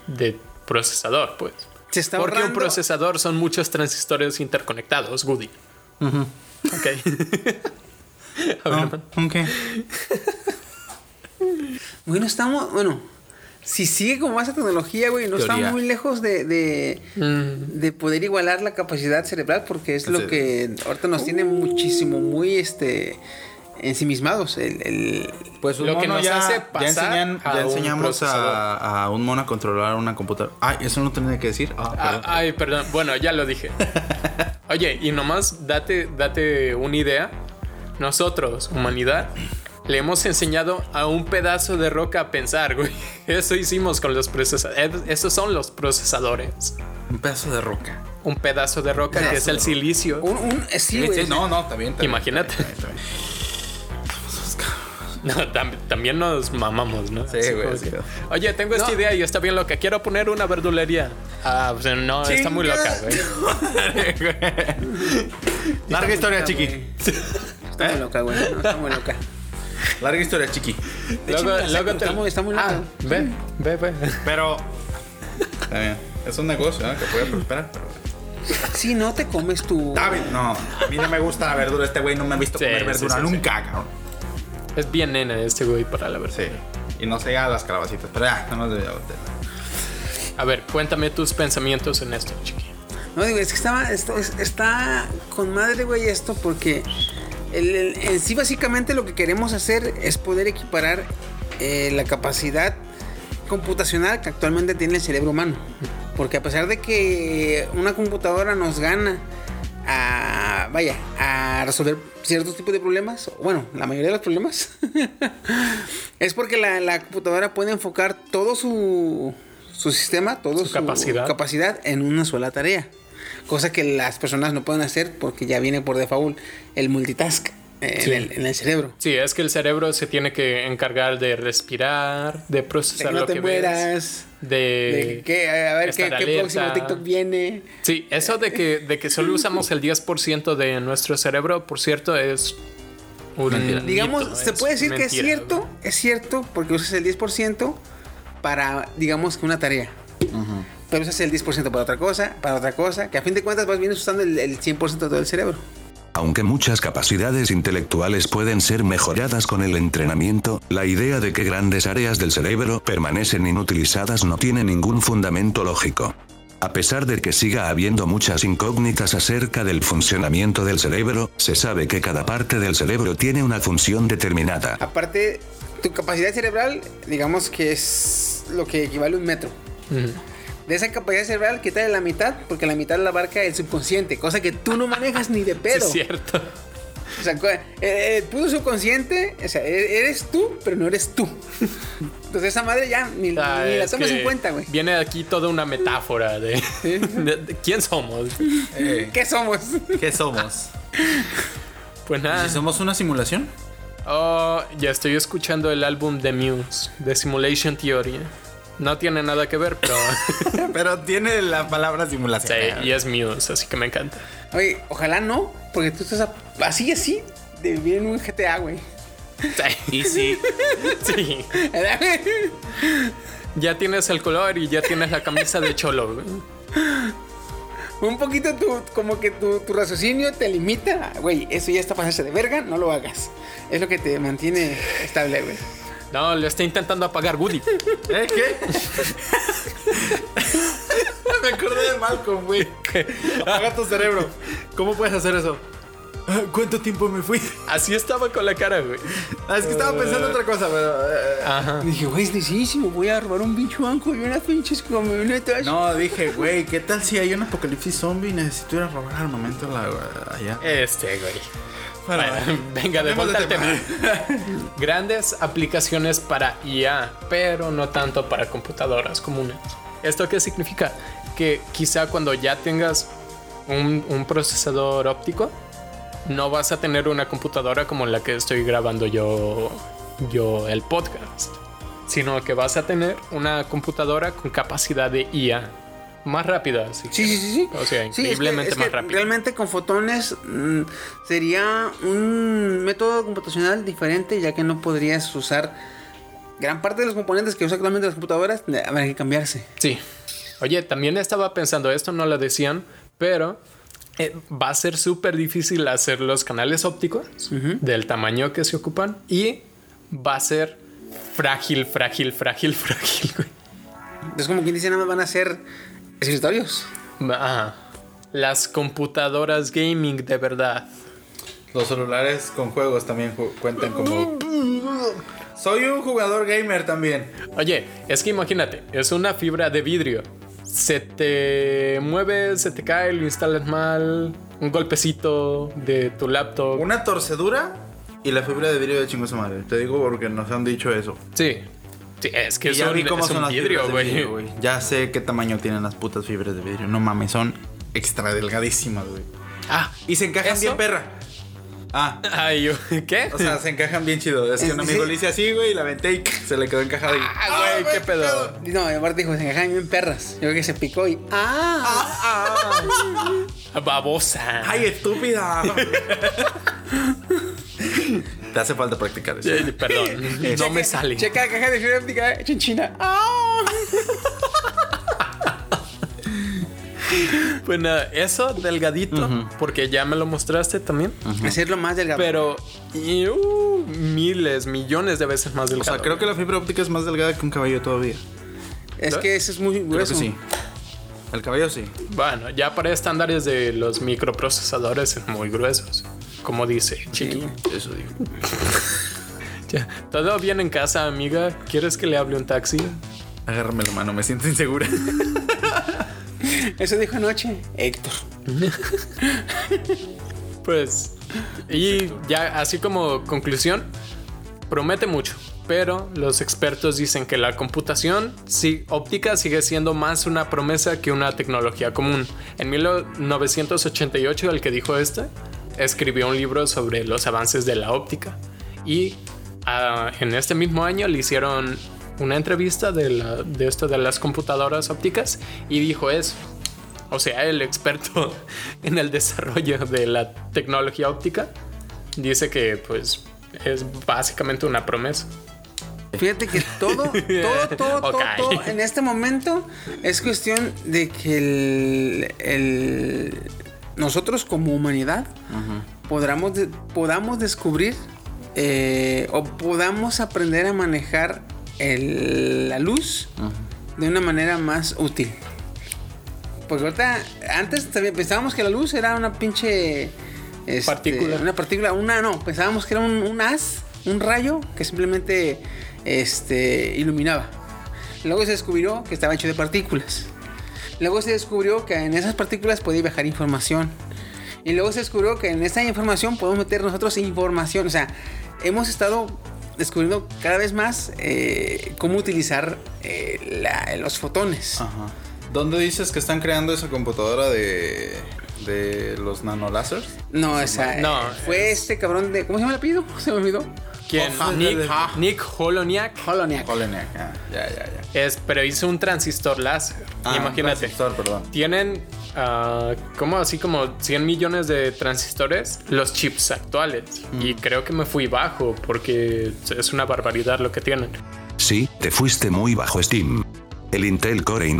Speaker 1: de procesador, pues.
Speaker 4: Se está
Speaker 1: porque un
Speaker 4: ahorrando.
Speaker 1: procesador son muchos transistores interconectados, Goody. Ok. A ver, man.
Speaker 4: Güey, no estamos. Bueno, si sigue como más esa tecnología, güey, no
Speaker 3: Teoría.
Speaker 4: estamos muy lejos de, de, de poder igualar la capacidad cerebral, porque es lo
Speaker 3: Sí.
Speaker 4: que ahorita nos tiene muchísimo, muy este ensimismados. El, el-
Speaker 3: Pues
Speaker 1: Lo que nos hace pasar a
Speaker 3: ya
Speaker 1: un
Speaker 3: enseñamos
Speaker 1: procesador.
Speaker 3: a, a un mono a controlar una computadora. Ay, eso no tenía que decir. Ah,
Speaker 1: Ah,
Speaker 3: perdón.
Speaker 1: ay, perdón. Bueno, ya lo dije. Oye, y nomás date, date una idea. Nosotros, humanidad, le hemos enseñado a un pedazo de roca a pensar, güey. Eso hicimos con los procesadores. Esos son los procesadores.
Speaker 3: Un pedazo de roca.
Speaker 1: Un pedazo de roca que es el silicio.
Speaker 3: Uh.
Speaker 4: un, un- eh, sí,
Speaker 3: Sí,
Speaker 4: güey.
Speaker 3: sí, no, no, está bien. está bien,
Speaker 1: Imagínate.
Speaker 3: está bien, está bien.
Speaker 1: No, tam- también nos mamamos, ¿no?
Speaker 3: Sí,
Speaker 1: Así
Speaker 3: güey,
Speaker 1: como
Speaker 3: sí.
Speaker 1: que, Oye, tengo esta idea y está bien loca. Quiero poner una verdulería. Ah, pues no, está muy loca, güey.
Speaker 3: Larga historia, chiqui.
Speaker 4: Está muy loca, güey. No, está muy loca.
Speaker 3: Larga historia, chiqui.
Speaker 1: Luego, luego te-
Speaker 4: Está muy, está muy loca.
Speaker 1: Ah, ve, ve, ve.
Speaker 3: Pero. Está bien. Es un negocio, ¿no? Que puede prosperar. pero-
Speaker 4: Si no te comes tu.
Speaker 3: Está bien. No, a mí no me gusta la verdura. Este güey no me ha visto
Speaker 1: Sí,
Speaker 3: comer
Speaker 1: sí,
Speaker 3: verdura
Speaker 1: sí, sí.
Speaker 3: nunca, cabrón.
Speaker 1: Es bien nena este güey para la verdad.
Speaker 3: Sí. Y no se a las calabacitas. Pero ya, no nos debíamos de-
Speaker 1: A ver, cuéntame tus pensamientos en esto, chiqui.
Speaker 4: No, digo, es que estaba, está, está con madre, güey, esto porque el- el- en sí básicamente lo que queremos hacer es poder equiparar eh, la capacidad computacional que actualmente tiene el cerebro humano. Porque a pesar de que una computadora nos gana a, vaya, a resolver ciertos tipos de problemas, bueno, la mayoría de los problemas, es porque la, la computadora puede enfocar todo su, su sistema, todo su,
Speaker 1: capacidad.
Speaker 4: capacidad en una sola tarea. Cosa que las personas no pueden hacer porque ya viene por default el multitask eh,
Speaker 1: Sí.
Speaker 4: en, el, en el cerebro.
Speaker 1: Sí, es que el cerebro se tiene que encargar de respirar, de
Speaker 4: De que
Speaker 1: procesar
Speaker 4: no
Speaker 1: lo
Speaker 4: te
Speaker 1: que ves,
Speaker 4: mueras,
Speaker 1: de,
Speaker 4: de que, a ver qué,
Speaker 1: estar
Speaker 4: qué próximo
Speaker 1: alerta.
Speaker 4: TikTok viene.
Speaker 1: Sí, eso de que, de que solo usamos el 10% de nuestro cerebro, por cierto, es un
Speaker 3: Mentira.
Speaker 1: mito,
Speaker 4: Digamos, se
Speaker 1: es
Speaker 4: puede decir que es
Speaker 1: mentira,
Speaker 4: cierto,
Speaker 1: güey.
Speaker 4: es cierto, porque usas el 10% para, digamos, que una tarea. Pero usas el 10% para otra cosa, para otra cosa, que a fin de cuentas vas bien usando el, el 100% de todo el cerebro.
Speaker 5: Aunque muchas capacidades intelectuales pueden ser mejoradas con el entrenamiento, la idea de que grandes áreas del cerebro permanecen inutilizadas no tiene ningún fundamento lógico. A pesar de que siga habiendo muchas incógnitas acerca del funcionamiento del cerebro, se sabe que cada parte del cerebro tiene una función determinada.
Speaker 4: Aparte, tu capacidad cerebral, digamos que es lo que equivale a un metro. De esa capacidad cerebral, quítale la mitad, porque la mitad la abarca el subconsciente, cosa que tú no manejas ni de
Speaker 1: Sí,
Speaker 4: pedo.
Speaker 1: es cierto.
Speaker 4: O sea, cu- eh, eh, tú subconsciente, o sea, e- eres tú, pero no eres tú. Entonces esa madre ya ni, ni
Speaker 1: Ah,
Speaker 4: la
Speaker 1: es
Speaker 4: tomas
Speaker 1: que
Speaker 4: en cuenta, güey.
Speaker 1: Viene aquí toda una metáfora de, de- de quién somos.
Speaker 3: Eh,
Speaker 4: ¿Qué somos?
Speaker 3: ¿Qué somos?
Speaker 1: Pues nada.
Speaker 3: ¿Si somos una simulación?
Speaker 1: Oh, ya estoy escuchando el álbum de Muse, de Simulation Theory. No tiene nada que ver, pero
Speaker 3: Pero tiene la palabra
Speaker 1: sí,
Speaker 3: simulación.
Speaker 1: y es Muse, así que me encanta.
Speaker 4: Oye, ojalá no, porque tú estás a- así así de vivir en un GTA, güey.
Speaker 1: Sí,
Speaker 3: Y sí.
Speaker 1: sí.
Speaker 4: ¿Verdad, güey?
Speaker 1: Ya tienes el color y ya tienes la camisa de cholo. güey.
Speaker 4: Un poquito tu, como que tu, tu raciocinio te limita, güey. Eso ya está pasándose de verga, no lo hagas. Es lo que te mantiene estable, güey.
Speaker 1: No, lo está intentando apagar Woody.
Speaker 3: ¿Eh? ¿Qué? Me acordé de Malcolm, güey. Apaga tu cerebro. ¿Cómo puedes hacer eso? Ah, ¿Cuánto tiempo me fui?
Speaker 1: Así estaba con la cara, güey.
Speaker 3: Ah, es que estaba pensando otra cosa, pero. eh,
Speaker 1: Ajá.
Speaker 4: Y dije, güey, es lisísimo, voy a robar un pinche banco y unas pinches camionetas.
Speaker 3: No, dije, güey, ¿qué Eh, tal si hay un apocalipsis zombie y necesito ir a robar al momento allá?
Speaker 1: Este, güey.
Speaker 3: Pero,
Speaker 1: Bueno, venga, de vuelta al tema.
Speaker 3: Cambiemos
Speaker 1: Grandes aplicaciones para IA, pero no tanto para computadoras comunes. ¿Esto qué significa? Que quizá cuando ya tengas un, un procesador óptico, no vas a tener una computadora como la que estoy grabando yo, yo el podcast, sino que vas a tener una computadora con capacidad de IA más rápida. si
Speaker 4: Sí, sí, sí, sí.
Speaker 1: O sea,
Speaker 4: Sí, es que-
Speaker 1: increíblemente
Speaker 4: es que
Speaker 1: más rápida.
Speaker 4: Realmente con fotones mm, sería un método computacional diferente, ya que no podrías usar gran parte de los componentes que usan actualmente las computadoras, eh, habrá que cambiarse.
Speaker 1: Sí. Oye, también estaba pensando, esto no lo decían, pero eh, va a ser súper difícil hacer los canales ópticos del tamaño que se ocupan y va a ser frágil, frágil, frágil, frágil. güey.
Speaker 4: Es como quien dice, nada más van a ser escritorios.
Speaker 1: Ajá. Las computadoras gaming de verdad.
Speaker 3: Los celulares con juegos también ju- cuentan como. Soy un jugador gamer también.
Speaker 1: Oye, es que imagínate, es una fibra de vidrio. Se te mueve, se te cae, lo instalas mal, un golpecito de tu laptop.
Speaker 3: Una torcedura y la fibra de vidrio de chingo su madre. Te digo porque nos han dicho eso.
Speaker 1: Sí. Sí, es que
Speaker 3: Y
Speaker 1: es
Speaker 3: ya
Speaker 1: un,
Speaker 3: vi cómo
Speaker 1: es un
Speaker 3: son las
Speaker 1: vidrio,
Speaker 3: fibras de
Speaker 1: güey.
Speaker 3: vidrio, güey. Ya sé qué tamaño tienen las putas fibras de vidrio. No mames, son extra delgadísimas, güey.
Speaker 1: Ah,
Speaker 3: Y se encajan
Speaker 1: ¿Eso?
Speaker 3: bien, perra. Ah,
Speaker 1: ay, yo- ¿qué?
Speaker 3: o sea, se encajan bien chido. Es que un amigo le hice así, güey, y la aventé y se le quedó encajada. Y...
Speaker 1: ah, güey, qué pedo.
Speaker 4: No, aparte dijo, se encajan bien perras. Yo creo que se picó y. ¡Ah!
Speaker 1: Babosa.
Speaker 3: ¡Ay, estúpida! Te hace falta practicar eso.
Speaker 1: Eh, Perdón, no me sale.
Speaker 4: Checa la caja de fibra óptica hecha en China. ¡Ah!
Speaker 1: Pues nada, eso delgadito, porque ya me lo mostraste también.
Speaker 4: Hacerlo más delgado.
Speaker 1: Pero y, uh, miles, millones de veces más
Speaker 3: O
Speaker 1: delgado.
Speaker 3: sea, creo que la fibra óptica es más delgada que un caballo todavía.
Speaker 4: es que eso es muy
Speaker 3: Creo que
Speaker 4: grueso.
Speaker 3: Pues sí. El caballo sí.
Speaker 1: Bueno, ya para estándares de los microprocesadores es muy gruesos. Como dice Chiqui.
Speaker 3: Eso digo.
Speaker 1: Ya, Todo bien en casa, amiga. ¿Quieres que le hable un taxi?
Speaker 3: Agárrame la mano, me siento insegura.
Speaker 4: Eso dijo anoche Héctor.
Speaker 1: Pues, y ya así como conclusión, promete mucho, pero los expertos dicen que la computación sí, óptica sigue siendo más una promesa que una tecnología común. En 1988 el que dijo esto escribió un libro sobre los avances de la óptica y ah, en este mismo año le hicieron una entrevista de, la- de esto de las computadoras ópticas y dijo eso. O sea, el experto en el desarrollo de la tecnología óptica dice que pues es básicamente una promesa.
Speaker 4: Fíjate que todo, todo, todo, todo,
Speaker 1: Ok.
Speaker 4: todo en este momento es cuestión de que el, el- nosotros como humanidad podamos, de- podamos descubrir eh, o podamos aprender a manejar el- la luz de una manera más útil. Porque Pues ahorita, antes también pensábamos que la luz era una pinche. este,
Speaker 1: Partícula.
Speaker 4: Una partícula, una no. Pensábamos que era un, un haz, un rayo que simplemente este, iluminaba. Luego se descubrió que estaba hecho de partículas. Luego se descubrió que en esas partículas podía viajar información. Y luego se descubrió que en esa información podemos meter nosotros información. O sea, hemos estado descubriendo cada vez más eh, cómo utilizar eh, la- los fotones.
Speaker 3: Ajá. ¿Dónde dices que están creando esa computadora de, de los nanolasers?
Speaker 4: No, o sea,
Speaker 1: No,
Speaker 4: eh, fue este cabrón de. ¿Cómo se llama el apellido? Se me olvidó.
Speaker 1: Quien
Speaker 3: Ojalá. Ah.
Speaker 1: Nick, Nick Holoniak
Speaker 4: Holoniak.
Speaker 3: Colenia, ah, ya, ya, ya.
Speaker 1: es, pero hizo un transistor láser.
Speaker 3: Ah,
Speaker 1: Imagínate.
Speaker 3: transistor, perdón.
Speaker 1: Tienen ah, como así como 100 millones de transistores los chips actuales
Speaker 3: Mm.
Speaker 1: y creo que me fui bajo porque es una barbaridad lo que tienen.
Speaker 5: Sí, te fuiste muy bajo Steam. El Intel Core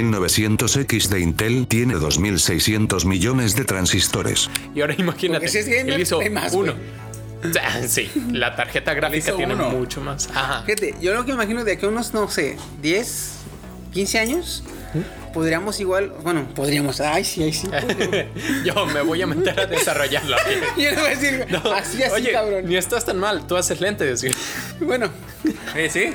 Speaker 5: i9-7900X de Intel tiene 2600 millones de transistores.
Speaker 1: Y ahora imagínate,
Speaker 4: Porque si es gamer,
Speaker 1: él hizo
Speaker 4: hay más,
Speaker 1: uno. O sea, Sí, la tarjeta gráfica
Speaker 3: hizo
Speaker 1: tiene
Speaker 3: uno.
Speaker 1: mucho más. Ajá.
Speaker 4: Fíjate, yo lo que imagino de aquí a unos, no sé, 10, 15 años, podríamos igual. Bueno, podríamos. Ay, sí, ay, sí.
Speaker 1: Yo me voy a meter a desarrollarlo.
Speaker 4: yo no voy a decir. así, así,
Speaker 1: Oye,
Speaker 4: cabrón.
Speaker 1: ni estás tan mal. Tú haces lentes.
Speaker 4: Bueno, ¿Eh,
Speaker 3: ¿Sí?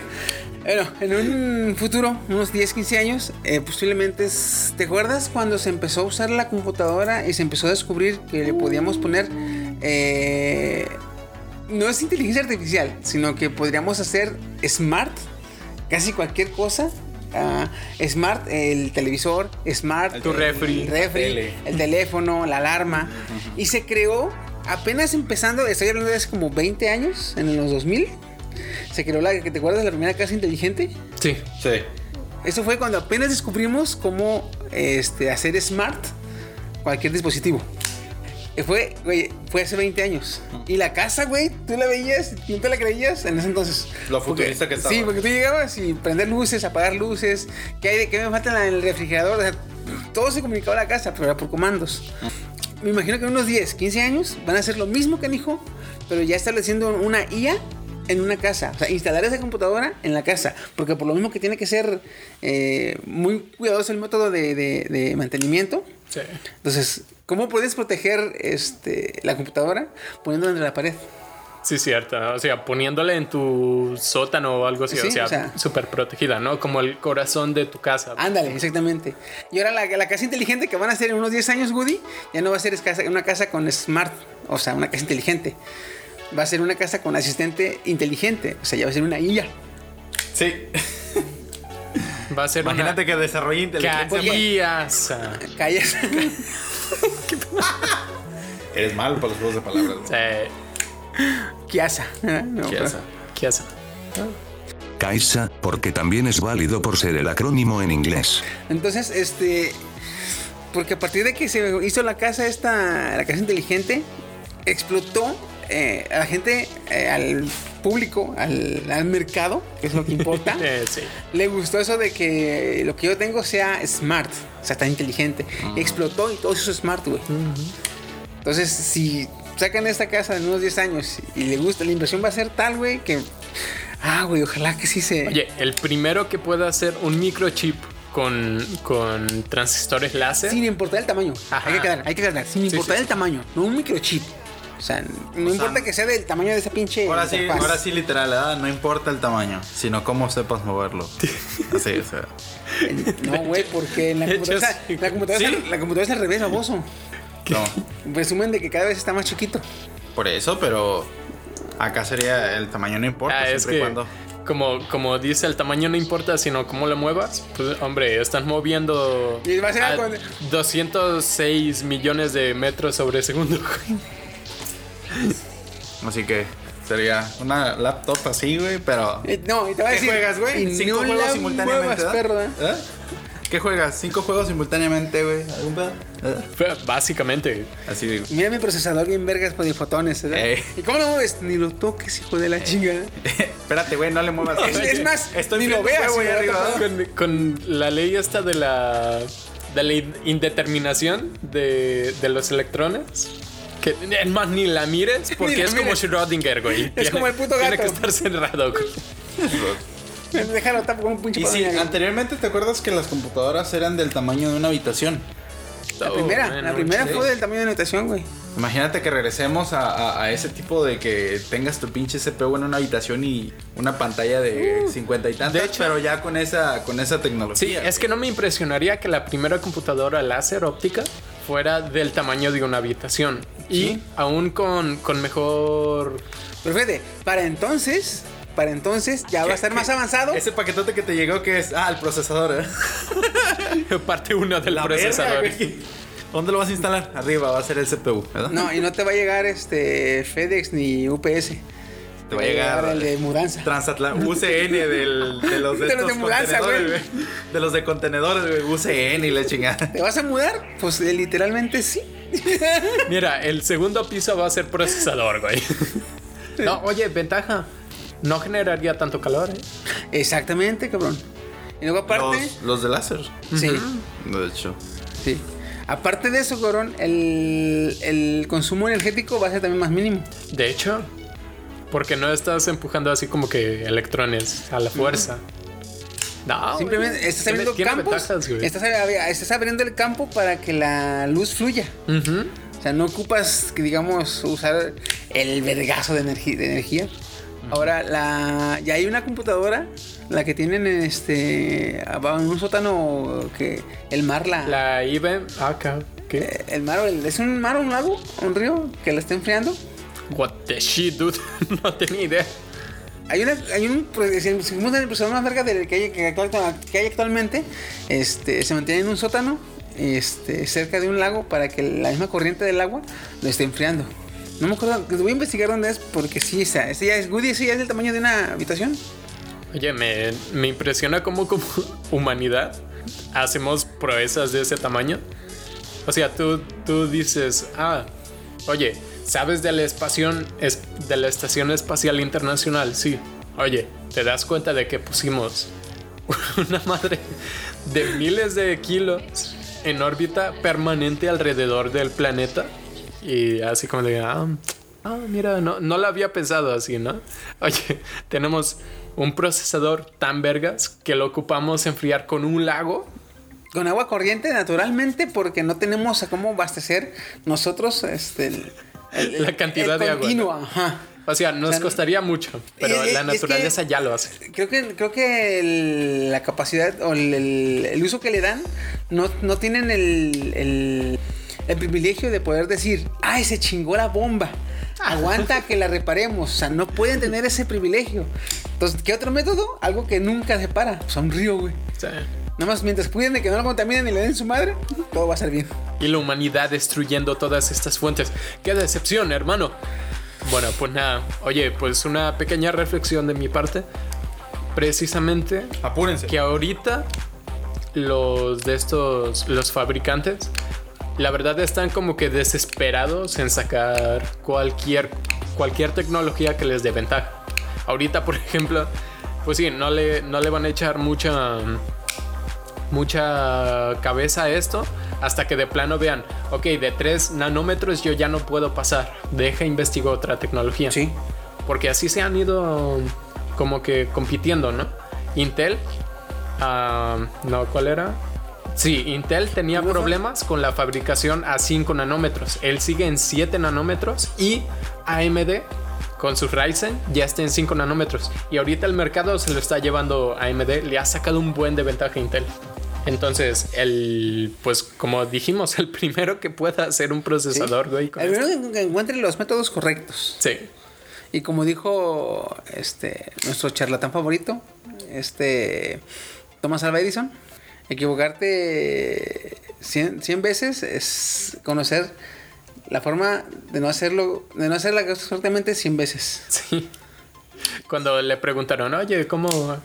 Speaker 4: bueno, en un futuro, unos 10, 15 años, eh, posiblemente. es- ¿Te acuerdas cuando se empezó a usar la computadora y se empezó a descubrir que le podíamos poner eh, no es inteligencia artificial, sino que podríamos hacer smart casi cualquier cosa. Ah, smart, el televisor, smart,
Speaker 1: Tu
Speaker 4: el
Speaker 1: refri.
Speaker 4: refri,
Speaker 3: Tele.
Speaker 4: el teléfono, la alarma. Y se creó apenas empezando, estoy hablando de hace como 20 años, en los 2000. Se creó la que te acuerdas la primera casa inteligente.
Speaker 1: Sí.
Speaker 3: Sí.
Speaker 4: Eso fue cuando apenas descubrimos cómo este, hacer smart cualquier dispositivo. Eh, Fue, güey, fue hace 20 años. Y la casa, güey, tú la veías y no te la creías en ese entonces.
Speaker 3: Lo futurista que estaba.
Speaker 4: Sí, porque tú llegabas y prender luces, apagar luces, qué hay de qué me falta en el refrigerador. O sea, todo se comunicaba a la casa, pero era por comandos. Me imagino que en unos 10, 15 años van a hacer lo mismo que dijo, pero ya estableciendo una IA en una casa. O sea, instalar esa computadora en la casa. Porque por lo mismo que tiene que ser eh, muy cuidadoso el método de, de- de mantenimiento.
Speaker 1: Sí.
Speaker 4: Entonces, ¿cómo puedes proteger este, la computadora poniéndola entre la pared?
Speaker 1: Sí, cierto. O sea, poniéndole en tu sótano o algo así.
Speaker 4: Sí,
Speaker 1: o sea,
Speaker 4: o sea- Ah,
Speaker 1: súper protegida, ¿no? Como el corazón de tu casa.
Speaker 4: Ándale, exactamente. Y ahora la, la casa inteligente que van a hacer en unos 10 años, Woody, ya no va a ser escasa- una casa con smart, o sea, una casa inteligente. Va a ser una casa con asistente inteligente, o sea, ya va a ser una IA.
Speaker 3: Sí.
Speaker 1: Va a ser
Speaker 3: Imagínate que desarrolle
Speaker 1: una
Speaker 3: inteligencia.
Speaker 1: Callaza.
Speaker 4: Calles.
Speaker 3: Eres malo para los juegos de palabras, güey.
Speaker 1: Eh,
Speaker 4: Kiasa. ¿verdad? No,
Speaker 3: Kiasa.
Speaker 1: Kiasa.
Speaker 5: Kaisa, porque también es válido por ser el acrónimo en inglés.
Speaker 4: pero- Entonces, este. Porque a partir de que se hizo la casa esta, la casa inteligente, explotó eh, a la gente, eh, al público, al, al mercado, que es lo que importa.
Speaker 1: Eh, sí.
Speaker 4: Le gustó eso de que lo que yo tengo sea smart, o sea, tan inteligente.
Speaker 1: Ah.
Speaker 4: Explotó y todo eso es smart, güey. Entonces, si sacan esta casa en unos 10 años y le gusta, la inversión va a ser tal, güey, que. Ah, güey, ojalá que sí se.
Speaker 1: Oye, el primero que pueda hacer un microchip con, con transistores láser.
Speaker 4: Sin importar el tamaño.
Speaker 1: Ajá.
Speaker 4: Hay que aclarar, hay que aclarar. Sin
Speaker 1: Sí,
Speaker 4: importar
Speaker 1: sí,
Speaker 4: el tamaño, no un microchip. O sea, no importa que sea del tamaño de esa pinche.
Speaker 3: Ahora sí,
Speaker 4: interfaz.
Speaker 3: ahora sí, literal, ¿verdad? no importa el tamaño, sino cómo sepas moverlo. Así, o sea.
Speaker 4: No, güey, porque en la
Speaker 1: De hecho,
Speaker 4: computadora,
Speaker 1: sí.
Speaker 4: la, computadora
Speaker 1: Sí.
Speaker 4: es, al- la computadora es al revés, baboso.
Speaker 3: No,
Speaker 4: Resumen de que cada vez está más chiquito.
Speaker 3: por eso, pero acá sería el tamaño no importa,
Speaker 1: Ah,
Speaker 3: siempre
Speaker 1: es
Speaker 3: y
Speaker 1: que
Speaker 3: cuando.
Speaker 1: como, como dice, el tamaño no importa, sino cómo lo muevas. Pues, hombre, estás moviendo
Speaker 4: Y va a ser
Speaker 1: a
Speaker 4: cuando-
Speaker 1: 206 millones de metros sobre segundo.
Speaker 3: Así que sería una laptop así, güey, pero.
Speaker 4: Eh, No, y te voy a
Speaker 3: ¿Qué
Speaker 4: decir.
Speaker 3: juegas,
Speaker 4: y
Speaker 3: güey? Cinco
Speaker 4: no
Speaker 3: juegos
Speaker 4: la
Speaker 3: simultáneamente.
Speaker 4: muevas,
Speaker 3: ¿verdad?
Speaker 4: perro, ¿eh?
Speaker 3: ¿Eh? ¿Qué juegas? ¿Cinco juegos simultáneamente, güey? ¿Algún pedo? ¿Eh?
Speaker 1: Básicamente.
Speaker 3: Así digo.
Speaker 4: Mira mi procesador bien vergas por fotones, ¿verdad?
Speaker 3: Ey.
Speaker 4: ¿Y cómo lo mueves? Ni lo toques, hijo de la chingada.
Speaker 3: Espérate, güey, no le muevas.
Speaker 4: Es, es más,
Speaker 3: estoy
Speaker 4: ni lo
Speaker 3: viendo
Speaker 4: veas,
Speaker 3: un
Speaker 4: güey.
Speaker 3: huevo ahí arriba,
Speaker 4: ¿verdad?
Speaker 1: Con, con la ley esta de la, de la in- indeterminación de, de los electrones. Que es más, ni la mires porque
Speaker 4: Ni la
Speaker 1: es como
Speaker 4: mires.
Speaker 1: Schrödinger, güey. Tiene-
Speaker 4: como el puto
Speaker 1: Tiene que
Speaker 4: gato.
Speaker 1: estar cerrado, güey.
Speaker 4: Déjalo tapo con un pinche
Speaker 3: Y
Speaker 4: papel
Speaker 3: sí,
Speaker 4: ahí.
Speaker 3: anteriormente te acuerdas que las computadoras eran del tamaño de una habitación.
Speaker 4: La
Speaker 1: Oh,
Speaker 4: primera,
Speaker 1: man,
Speaker 4: la
Speaker 1: no,
Speaker 4: primera
Speaker 1: sí.
Speaker 4: fue del tamaño de notación, güey.
Speaker 3: Imagínate que regresemos a, a- a ese tipo de que tengas tu pinche CPU en una habitación y una pantalla de cincuenta y tantas,
Speaker 1: de hecho-
Speaker 3: pero ya con esa con esa tecnología.
Speaker 1: Sí, es que no me impresionaría que la primera computadora láser óptica fuera del tamaño de una habitación. Y aún con, con mejor...
Speaker 4: Pero fíjate, para entonces, para entonces ya va a estar más avanzado.
Speaker 3: Ese paquetote que te llegó que es ah, el procesador. ¿eh?
Speaker 1: Parte 1 del
Speaker 3: La
Speaker 1: procesador.
Speaker 3: verga, güey. ¿Dónde lo vas a instalar? Arriba va a ser el CPU, ¿verdad?
Speaker 4: No, y no te va a llegar este FedEx ni UPS.
Speaker 3: te va a llegar
Speaker 4: el de mudanza.
Speaker 3: Transatlan UCN del, de los de,
Speaker 4: De los
Speaker 3: estos
Speaker 4: de mudanza,
Speaker 3: contenedores, güey. De los de contenedores, güey, UCN y la chingada.
Speaker 4: ¿Te vas a mudar? Pues eh, literalmente sí.
Speaker 1: Mira, el segundo piso va a ser procesador, güey. No, oye, ventaja. No generaría tanto calor, ¿eh?
Speaker 4: Exactamente, cabrón. Y luego aparte.
Speaker 3: Los, los de láser.
Speaker 4: Sí.
Speaker 3: De hecho.
Speaker 4: Sí. Aparte de eso, Corón, el, el consumo energético va a ser también más mínimo.
Speaker 1: De hecho, porque no estás empujando así como que electrones a la fuerza. No,
Speaker 4: Simplemente
Speaker 1: Ah, güey.
Speaker 4: estás
Speaker 1: Tiene-
Speaker 4: abriendo
Speaker 1: tiene
Speaker 4: campos.
Speaker 1: ventajas, güey.
Speaker 4: estás, abri- estás abriendo el campo para que la luz fluya.
Speaker 1: Ujú.
Speaker 4: O sea, no ocupas, que, digamos, usar el vergazo de, energi- de energía. Ahora, la, ya hay una computadora, la que tienen en este. abajo En un sótano que el mar la.
Speaker 1: La IBM, acá, ¿Qué?
Speaker 4: El mar, el- es un mar, un lago, un río que la está enfriando.
Speaker 1: What the shit, dude. no tenía idea.
Speaker 4: Hay, una, hay un. pues, Si seguimos en el procesador más verga del que hay, que actual- que hay actualmente, este, se mantiene en un sótano este, cerca de un lago para que la misma corriente del agua lo esté enfriando. No me acuerdo, voy a investigar dónde es porque sí, esa, ese ya es Woody, ese ya es el tamaño de una habitación.
Speaker 1: Oye, me, me impresiona cómo como humanidad hacemos proezas de ese tamaño. O sea, tú, tú dices, ah, oye, ¿sabes de la, espación, es- de la Estación Espacial Internacional? Sí. Oye, ¿te das cuenta de que pusimos una madre de miles de kilos en órbita permanente alrededor del planeta? Y así como de, ah, ah, mira, no, no lo había pensado así, ¿no? Oye, tenemos un procesador tan vergas que lo ocupamos enfriar con un lago.
Speaker 4: Con agua corriente, naturalmente, porque no tenemos a cómo abastecer nosotros este, el- el-
Speaker 1: La cantidad
Speaker 4: el
Speaker 1: de agua,
Speaker 4: continua,
Speaker 1: ¿no?
Speaker 4: ajá.
Speaker 1: O sea,
Speaker 4: O
Speaker 1: nos
Speaker 4: sea,
Speaker 1: costaría mucho, pero
Speaker 4: eh, eh,
Speaker 1: la
Speaker 4: es que-
Speaker 1: naturaleza ya lo hace.
Speaker 4: Creo que, creo que el- la capacidad o el, el- el uso que le dan no, no tienen el, el- el privilegio de poder decir, ay, se chingó la bomba.
Speaker 1: Ah.
Speaker 4: Aguanta que la reparemos. O sea, no pueden tener ese privilegio. Entonces, ¿qué otro método? Algo que nunca se para. O sea, un río, güey.
Speaker 1: O sea,
Speaker 4: Nada más mientras cuiden de que no lo contaminen y le den su madre, todo va a estar bien.
Speaker 1: y la humanidad destruyendo todas estas fuentes. ¡Qué decepción, hermano! Bueno, pues nada. Oye, pues una pequeña reflexión de mi parte. Precisamente
Speaker 3: Apúrense.
Speaker 1: que ahorita los de estos, los fabricantes, la verdad están como que desesperados en sacar cualquier, cualquier tecnología que les dé ventaja. Ahorita, por ejemplo, pues sí, no le, no le van a echar mucha, mucha cabeza a esto hasta que de plano vean, ok, de 3 nanómetros yo ya no puedo pasar, deja investigo otra tecnología.
Speaker 4: Sí.
Speaker 1: Porque así se han ido como que compitiendo, ¿no? Intel, ah, no, ¿cuál era? Sí, Intel tenía
Speaker 4: ¿Cómo fue?
Speaker 1: problemas con la fabricación a 5 nanómetros. Él sigue en 7 nanómetros y AMD con su Ryzen ya está en 5 nanómetros. Y ahorita el mercado se lo está llevando AMD, le ha sacado un buen de ventaja a Intel. Entonces, el, pues como dijimos, el primero que pueda hacer un procesador, güey. con
Speaker 4: Al
Speaker 1: esto.
Speaker 4: menos que encuentren los métodos correctos.
Speaker 1: Sí.
Speaker 4: Y como dijo este nuestro charlatán favorito, este Thomas Alva Edison, equivocarte 100, 100 veces es conocer la forma de no hacerlo, de no hacerla correctamente 100 veces.
Speaker 1: Sí. Cuando le preguntaron, oye, ¿cómo,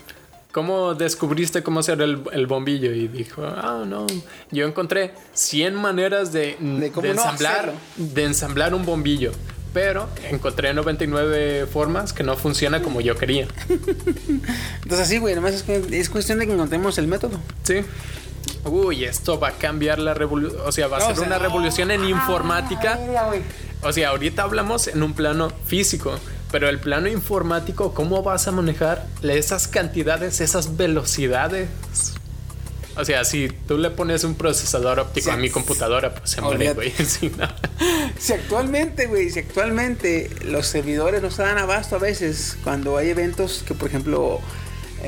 Speaker 1: cómo descubriste cómo hacer el, el bombillo? Y dijo, ah, no, yo encontré 100 maneras de,
Speaker 4: De cómo
Speaker 1: de
Speaker 4: no
Speaker 1: ensamblar,
Speaker 4: hacerlo.
Speaker 1: de ensamblar un bombillo. Pero encontré 99 formas que no funciona como yo quería.
Speaker 4: Entonces así, güey, nomás es, cu- es cuestión de que encontremos el método.
Speaker 1: Sí. Uy, esto va a cambiar la revolución. O sea, va a
Speaker 4: No,
Speaker 1: ser
Speaker 4: o sea,
Speaker 1: una
Speaker 4: no. Ah,
Speaker 1: revolución en informática. O sea, ahorita hablamos en un plano físico, pero el plano informático, ¿cómo vas a manejar esas cantidades, esas velocidades? O sea, si tú le pones un procesador óptico
Speaker 4: Sí.
Speaker 1: a mi computadora, pues se muere,
Speaker 4: Olvídate.
Speaker 1: güey. Sí, no.
Speaker 4: Si actualmente, güey, si actualmente los servidores no se dan abasto a veces cuando hay eventos que, por ejemplo,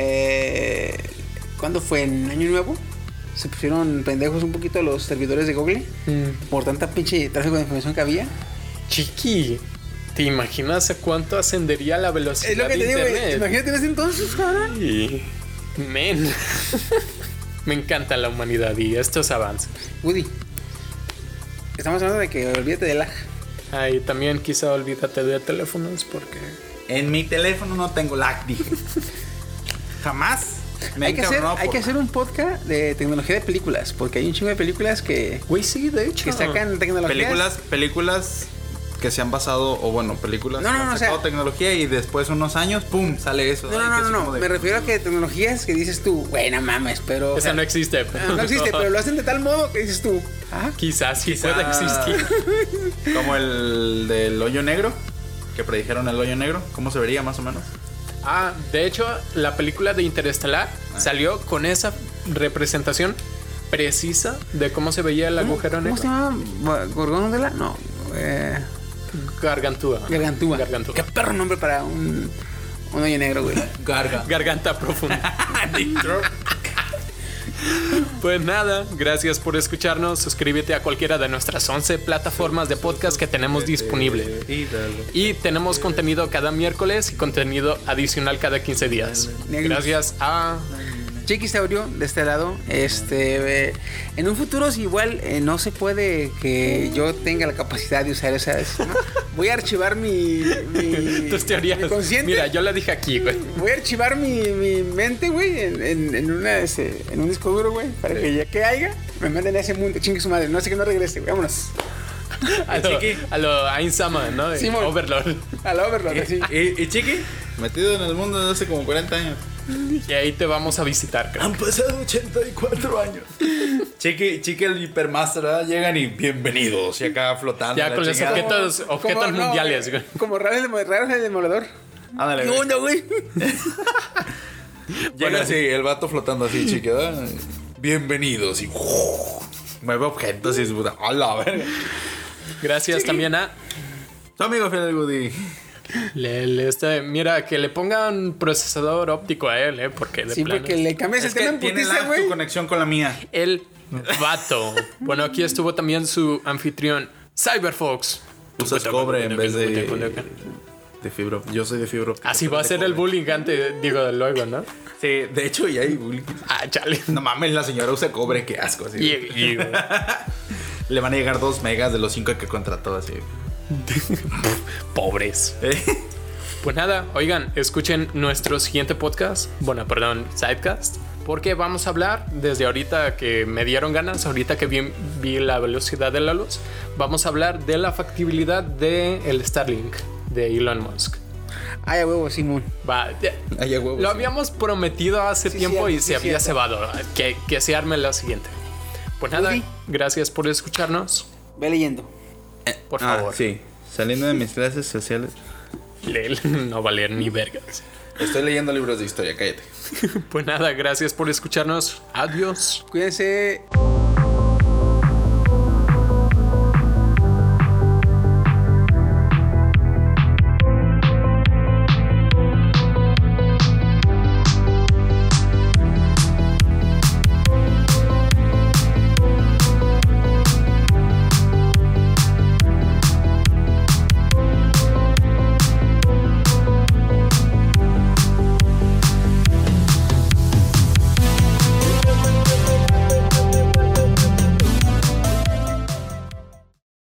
Speaker 4: eh, cuando fue en Año Nuevo, se pusieron pendejos un poquito los servidores de Google
Speaker 1: Mm.
Speaker 4: por tanta pinche tráfico de información que había.
Speaker 1: Chiqui, ¿te imaginas a cuánto ascendería la velocidad
Speaker 4: Es lo que
Speaker 1: de
Speaker 4: te digo, güey.
Speaker 1: internet?
Speaker 4: Imagínate en ese entonces, cabrón.
Speaker 1: Sí. Men. Me encanta la humanidad y estos avances.
Speaker 4: Woody, estamos hablando de que olvídate de lag.
Speaker 1: Ah, y también quizá olvídate de teléfonos porque...
Speaker 3: En mi teléfono no tengo lag, dije. Jamás. Me
Speaker 4: Hay que, hacer,
Speaker 3: encabronaba
Speaker 4: hay
Speaker 3: por
Speaker 4: que hacer un podcast de tecnología de películas, porque hay un chingo de películas que,
Speaker 1: Güey, sí, de hecho.
Speaker 4: que sacan tecnologías.
Speaker 3: películas, películas que se han basado, o bueno, películas
Speaker 4: No,
Speaker 3: que
Speaker 4: no,
Speaker 3: han
Speaker 4: no, o
Speaker 3: sacado
Speaker 4: sea-
Speaker 3: tecnología y después unos años, ¡pum! sale eso. Ay,
Speaker 4: No, no,
Speaker 3: que
Speaker 4: no,
Speaker 3: así
Speaker 4: no,
Speaker 3: como de-
Speaker 4: me refiero a que tecnologías que dices tú, güey, no mames, pero. o
Speaker 1: Esa
Speaker 4: sea,
Speaker 1: no existe.
Speaker 4: Ah, no existe, pero lo hacen de tal modo que dices tú, ah,
Speaker 1: Quizás sí
Speaker 3: Quizá-
Speaker 1: pueda existir.
Speaker 3: Como el del hoyo negro, que predijeron el hoyo negro, ¿cómo se vería más o menos?
Speaker 1: Ah, de hecho, la película de Interestelar
Speaker 4: Ah.
Speaker 1: salió con esa representación precisa de cómo se veía el agujero
Speaker 4: Ah, ¿cómo se
Speaker 1: negro.
Speaker 4: llama? Ba- ¿Gorgóndola? No, eh,
Speaker 1: Gargantúa.
Speaker 4: Gargantúa.
Speaker 1: Gargantúa.
Speaker 4: Qué perro nombre para un, un hoyo negro, güey.
Speaker 3: Garga.
Speaker 1: Garganta profunda. Pues nada, gracias por escucharnos. Suscríbete a cualquiera de nuestras 11 plataformas de podcast que tenemos disponible. Y tenemos contenido cada miércoles y contenido adicional cada 15 días. Gracias a...
Speaker 4: Chiquisaurio, de este lado. Este, eh, en un futuro, si igual eh, no se puede que yo tenga la capacidad de usar esa. esa- ¿no? Voy a archivar mi. mi-
Speaker 1: Tus teorías.
Speaker 4: mi consciente.
Speaker 1: Mira, yo la dije aquí, güey.
Speaker 4: Voy a archivar mi, mi mente, güey, en, en, en una, este, en un disco duro, güey, para que ya que haya, me manden a ese mundo. Chingue su madre. No sé que no regrese, güey. Vámonos.
Speaker 1: A lo, a lo Ainsama, ¿no?
Speaker 4: Simón.
Speaker 1: Overlord.
Speaker 4: A la Overlord, así.
Speaker 3: ¿Y, y Chiqui? Metido en el mundo desde hace como 40 años.
Speaker 1: Y ahí te vamos a visitar, creo.
Speaker 3: Han pasado 84 años. Chiqui, Chiqui el hipermaster, ¿verdad? Llegan y bienvenidos. Y acá flotando.
Speaker 1: Ya
Speaker 3: la
Speaker 1: con los
Speaker 3: chingada.
Speaker 1: objetos. objetos mundiales, güey.
Speaker 4: Como raros de raros de demoledor.
Speaker 3: Ándale,
Speaker 4: ¿Qué
Speaker 3: güey.
Speaker 4: onda, güey?
Speaker 3: Llega así, el vato flotando así, Chiqui, ¿verdad? Bienvenidos. Y mueve objetos y es puta. ¡Hala, verga!
Speaker 1: Gracias también a...
Speaker 3: Tu amigo Fidel Goody.
Speaker 1: le- le- este, mira, que le pongan procesador óptico a él, ¿eh? Porque de
Speaker 4: Sí,
Speaker 1: plano-
Speaker 4: porque le cambias el
Speaker 3: Es
Speaker 4: tema
Speaker 3: que
Speaker 4: en
Speaker 3: tiene
Speaker 4: putiza,
Speaker 3: la
Speaker 4: güey.
Speaker 3: tu conexión con la mía.
Speaker 1: El vato. bueno, aquí estuvo también su anfitrión, Cyberfox.
Speaker 3: Usas cobre en vez de. De fibro. Yo soy de fibro.
Speaker 1: Así Ah, va a ser el bullying antes, digo, luego, ¿no?
Speaker 3: Sí, de hecho ya hay bullying.
Speaker 1: Ah, chale.
Speaker 3: No mames, la señora usa cobre, qué asco. Así,
Speaker 1: Y- y-
Speaker 3: Le van a llegar dos megas de los cinco que contrató, así.
Speaker 1: pobres.
Speaker 3: Eh,
Speaker 1: Pues nada, oigan, escuchen nuestro siguiente podcast, bueno, perdón, sidecast, porque vamos a hablar desde ahorita que me dieron ganas, ahorita que vi, vi la velocidad de la luz, vamos a hablar de la factibilidad del el Starlink de Elon Musk.
Speaker 4: Ay, a huevo, Simón.
Speaker 1: Va, de-
Speaker 3: Ay, a huevo,
Speaker 1: lo
Speaker 3: sí.
Speaker 1: habíamos prometido hace
Speaker 4: Sí,
Speaker 1: tiempo y
Speaker 4: cierto,
Speaker 1: se
Speaker 4: sí,
Speaker 1: había
Speaker 4: cierto.
Speaker 1: cebado. ¿eh? Que, que se arme la siguiente. Pues nada,
Speaker 4: Uri.
Speaker 1: gracias por escucharnos.
Speaker 4: Ve leyendo.
Speaker 1: Por
Speaker 3: ah,
Speaker 1: favor,
Speaker 3: sí. Saliendo de mis clases sociales.
Speaker 1: Lel, no valer ni vergas.
Speaker 3: Estoy leyendo libros de historia, cállate.
Speaker 1: Pues nada, gracias por escucharnos. Adiós.
Speaker 4: Cuídense.